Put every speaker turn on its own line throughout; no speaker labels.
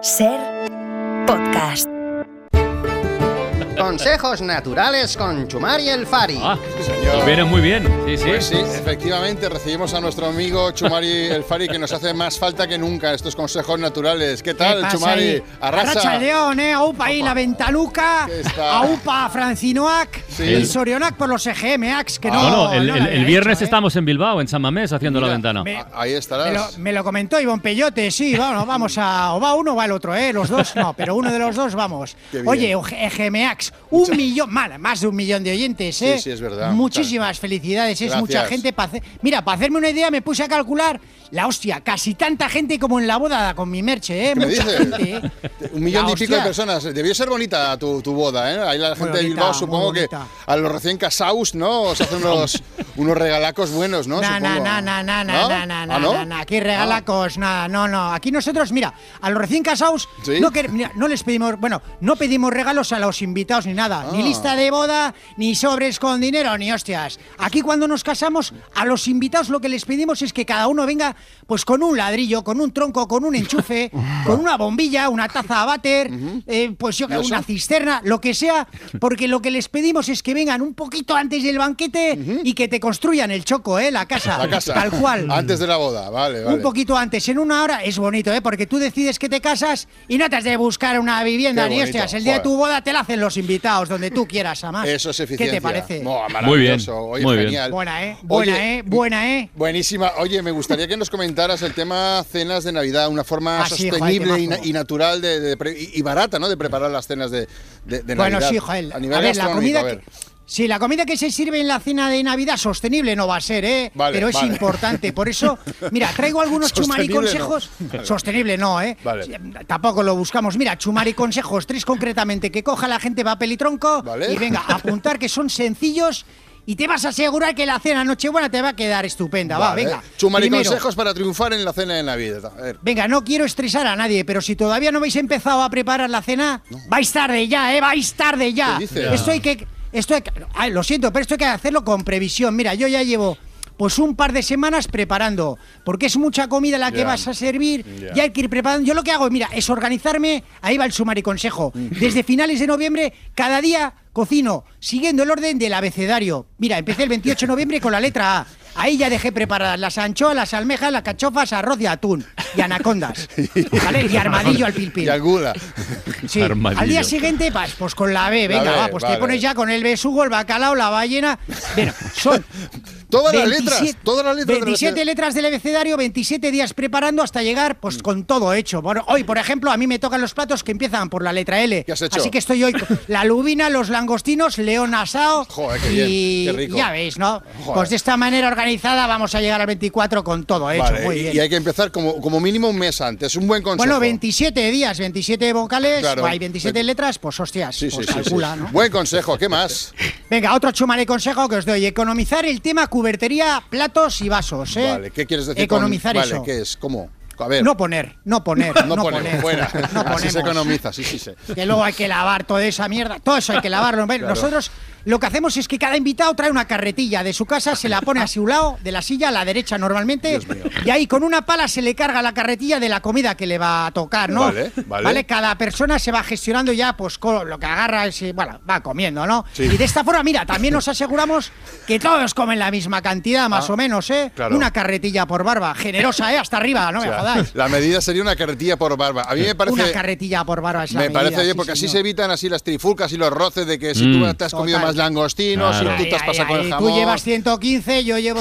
Ser podcast.
Consejos naturales con Chumari el Fari.
Ah,
Señor.
nos vienen muy bien. Sí, sí.
Pues sí, efectivamente, recibamente recibimos a nuestro amigo Chumari El Fari, que nos hace más falta que nunca estos consejos naturales. ¿Qué tal, Chumari? Arrasa.
León, ¿eh? Aupa ahí, la Ventaluca.
Ahí está.
Aupa Francinoac.
Sí. Ah.
Y Sorionac por los EGM, Ax, que no.
no, no, el,
no
el-
la
el
había
viernes
hecho, ¿eh?
estamos en Bilbao, en San Mamés, haciendo la
Mira,
ventana.
me-
A- Ahí
Me lo,
estarás.
me lo comentó Iván Peyote, sí, vamos, vamos a. O va uno o va el otro, ¿eh? Los dos no, pero uno de los dos vamos.
Qué bien.
Oye, E Oje- EGMAX, un millón, mal, más de un millón de oyentes, ¿eh?
sí, es verdad.
Muchísimas felicidades, es
Gracias.
mucha gente. pa' hacer- Mira, para hacerme una idea, me puse a calcular la hostia, casi tanta gente como en la boda con mi merche, ¿eh?
¿Qué me
Mucha
dices?
gente, ¿eh?
Un millón
La
y pico de
hostia.
personas. Debió ser bonita tu, tu boda, ¿eh? Ahí la gente de
bonita,
Bilbao,
muy
supongo que
bonita.
a los recién casados, ¿no? Os hacen unos, unos regalacos buenos, ¿no?
Na, na,
Supongo.
na, na, na, na,
¿No?
na, na, na,
¿Ah, no?
na, na. Aquí regalacos, nada, no, no. Aquí nosotros, mira, a los recién casados
¿Sí?
no, quer- mira, no les pedimos, bueno, no pedimos regalos a los invitados ni nada,
Ah.
ni lista de boda, ni sobres con dinero, ni hostias. Aquí cuando nos casamos, a los invitados lo que les pedimos es que cada uno venga pues con un ladrillo, con un tronco, con un enchufe, con una bombilla, una taza a váter, eh, pues yo que
¿Y eso?
una cisterna, lo que sea, porque lo que les pedimos es que vengan un poquito antes del banquete y que te construyan el choco, ¿eh? La casa.
La casa.
Tal cual.
Antes de la boda, vale, vale.
Un poquito antes, en una hora, es bonito, ¿eh? Porque tú decides que te casas y no te has de buscar una vivienda
Qué
ni
bonito,
hostias. El día de tu
joder.
boda te la hacen los invitados, donde tú quieras, además.
Eso es eficiencia.
¿Qué te parece?
Buah,
Muy bien,
maravilloso. Oye,
muy bien.
genial.
Buena, ¿eh? Buena,
Oye,
¿eh? Buena, ¿eh?
Buenísima. Oye, me gustaría que nos comentaras el tema cenas de Navidad, una forma
Ah, sí, joder,
sostenible
qué
y, na-
majo.
y natural de, de pre- y y barata, ¿no? De preparar las cenas de, de- de
Bueno,
Navidad.
sí, Joel.
A nivel
ver, la
gastronómico,
comida
a ver.
que- sí, la comida que se sirve en la cena de Navidad sostenible no va a ser, ¿eh?
Vale,
Pero es
vale.
importante. Por eso, mira, traigo algunos chumari
Sostenible no.
consejos. Sostenible no, ¿eh?
Vale.
Sí, Tampoco lo buscamos. Mira, chumari consejos, tres concretamente, que coja la gente papel y tronco
Vale.
y venga, apuntar que son sencillos y te vas a asegurar que la cena Nochebuena te va a quedar estupenda. Va,
Vale.
venga.
Chumari
Primero,
consejos para triunfar en la cena de Navidad. A ver.
Venga, no quiero estresar a nadie, pero si todavía no habéis empezado a preparar la cena, vais tarde ya, ¿eh? Vais tarde ya.
¿Qué dices?
Esto hay que. Esto hay que- ay, lo siento, pero esto hay que hacerlo con previsión. Mira, yo ya llevo. Pues un par de semanas preparando, porque es mucha comida la que
Ya.
vas a servir,
Ya.
ya hay que ir preparando. Yo lo que hago, mira, es organizarme, ahí va el sumari consejo. Desde finales de noviembre, cada día cocino, siguiendo el orden del abecedario. Mira, empecé el 28 de noviembre con la letra A. Ahí ya dejé preparadas las anchoas, las almejas, las cachofas, arroz y atún. Y anacondas. ¿Vale? Y armadillo al pilpil.
Y alguna.
Sí,
Armadillo.
Al día siguiente, pas- pues con la B, venga,
B,
va, pues
vale.
te pones ya con el besugo, el bacalao, la ballena. Bueno, son.
Todas las letras, todas las letras de la
27
abecedario.
letras del abecedario, 27 días preparando hasta llegar,
Mm.
pues con todo hecho. Bueno, hoy, por ejemplo, a mí me tocan los platos que empiezan por la letra L.
¿Qué has hecho?
Así que estoy hoy con la lubina, los langostinos, león asado.
Joder, qué bien,
y
qué rico.
ya veis, ¿no?
Joder.
Pues de esta manera organizada vamos a llegar al 24 con todo hecho.
Vale,
Muy
y-
bien.
Y hay que empezar como, como mínimo un mes antes. Un buen consejo.
Bueno, 27 días, 27 vocales,
Claro.
hay 27 letras, pues hostias,
Sí, sí,
pues
sí, sí.
calcula, ¿no?
Buen consejo. ¿Qué más?
Venga, otro chumare consejo que os doy, economizar el tema cubertería, platos y vasos, ¿eh?
Vale, ¿qué quieres decir? con-
Economizar
vale,
eso.
¿qué es? ¿Cómo? A ver.
No poner, no poner,
no
no,
ponen,
poner.
fuera.
No
Así se
ponemos.
economiza, sí, sí, sí.
Que luego hay que lavar toda esa mierda. Todo eso hay que lavarlo. Bueno,
Claro.
Nosotros lo que hacemos es que cada invitado trae una carretilla de su casa, se la pone a su lado, de la silla a la derecha normalmente, y ahí con una pala se le carga la carretilla de la comida que le va a tocar, ¿no?
Vale, vale.
Cada persona se va gestionando ya, pues con lo que agarra, ese, bueno, va comiendo, ¿no?
Sí.
Y de esta forma, mira, también nos aseguramos que todos comen la misma cantidad, más
Ah,
o menos, ¿eh?
claro.
Una carretilla por barba, generosa, ¿eh? Hasta arriba, no me
O sea,
jodáis.
la medida sería una carretilla por barba. A mí me parece.
Una carretilla por barba es la
Me
medida,
parece bien,
sí,
porque así
señor.
se evitan así las trifulcas y los roces de que si tú te has comido
Total.
más langostinos,
Claro.
si tú te has
Ay,
pasado
ay,
con
ay,
el jamón.
Tú llevas 115, yo llevo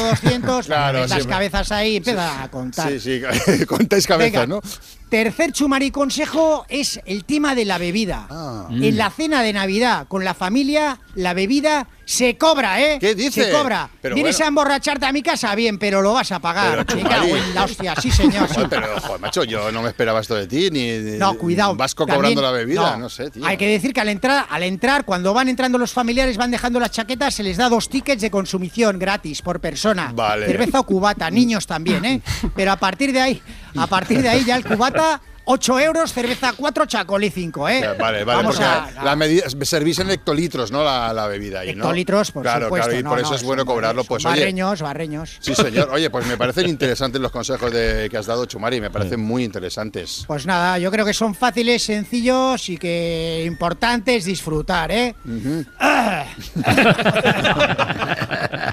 200.
Claro,
las
siempre.
cabezas ahí, empieza a contar.
Sí, sí, contáis cabezas,
Venga,
¿no?
tercer chumari consejo es el tema de la bebida.
Ah.
En la cena de Navidad con la familia, la bebida se cobra, ¿eh?
¿Qué dices?
Se cobra.
Pero
¿Vienes
bueno.
a emborracharte a mi casa? Bien, pero lo vas a pagar.
Pero,
Me cago
Chumari.
en la hostia, sí, señor. sí.
Joder, pero, joder, macho, yo no me esperaba esto de ti, ni. ni-
No, cuidado.
Vasco
también-
cobrando la bebida, no, sé, tío.
Hay que decir que al entrar, al entrar, cuando van entrando los familiares, van dejando las chaquetas, se les da dos tickets de consumición gratis por persona.
Vale.
Cerveza o cubata, niños también, ¿eh? Pero a partir de ahí, a partir de ahí ya el cubata 8 euros, cerveza 4, chacolí 5, ¿eh?
Ya, Vale, vale,
Vamos
porque
a...
la medida, servís en hectolitros, ¿no? La, la bebida ahí, ¿no?
Hectolitros, por
claro,
supuesto.
Claro, y
no,
por
no,
eso es
son
bueno cobrarlo,
barreños,
pues
son
oye.
Barreños, barreños.
Sí, señor. Oye, pues me parecen interesantes los consejos de, que has dado, Chumari. Me parecen muy interesantes.
Pues nada, yo creo que son fáciles, sencillos y que importante es disfrutar, ¿eh?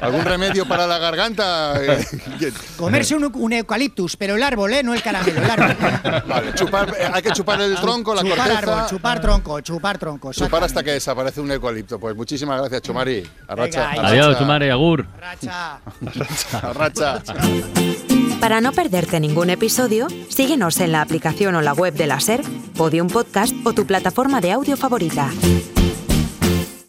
¿Algún remedio para la garganta? Eh,
Comerse un, un eucaliptus, pero el árbol, ¿eh? No el caramelo, el árbol.
vale, chupar, eh, hay que chupar el tronco, la
chupar
corteza.
árbol, chupar tronco, chupar tronco.
chupar hasta que desaparece un eucalipto. Pues muchísimas gracias, Chumari. Arracha.
Venga,
arracha,
Adiós, Chumare, Agur.
Racha.
Arracha.
Para no perderte ningún episodio, síguenos en la aplicación o la web de la SER, Podium Podcast o tu plataforma de audio favorita.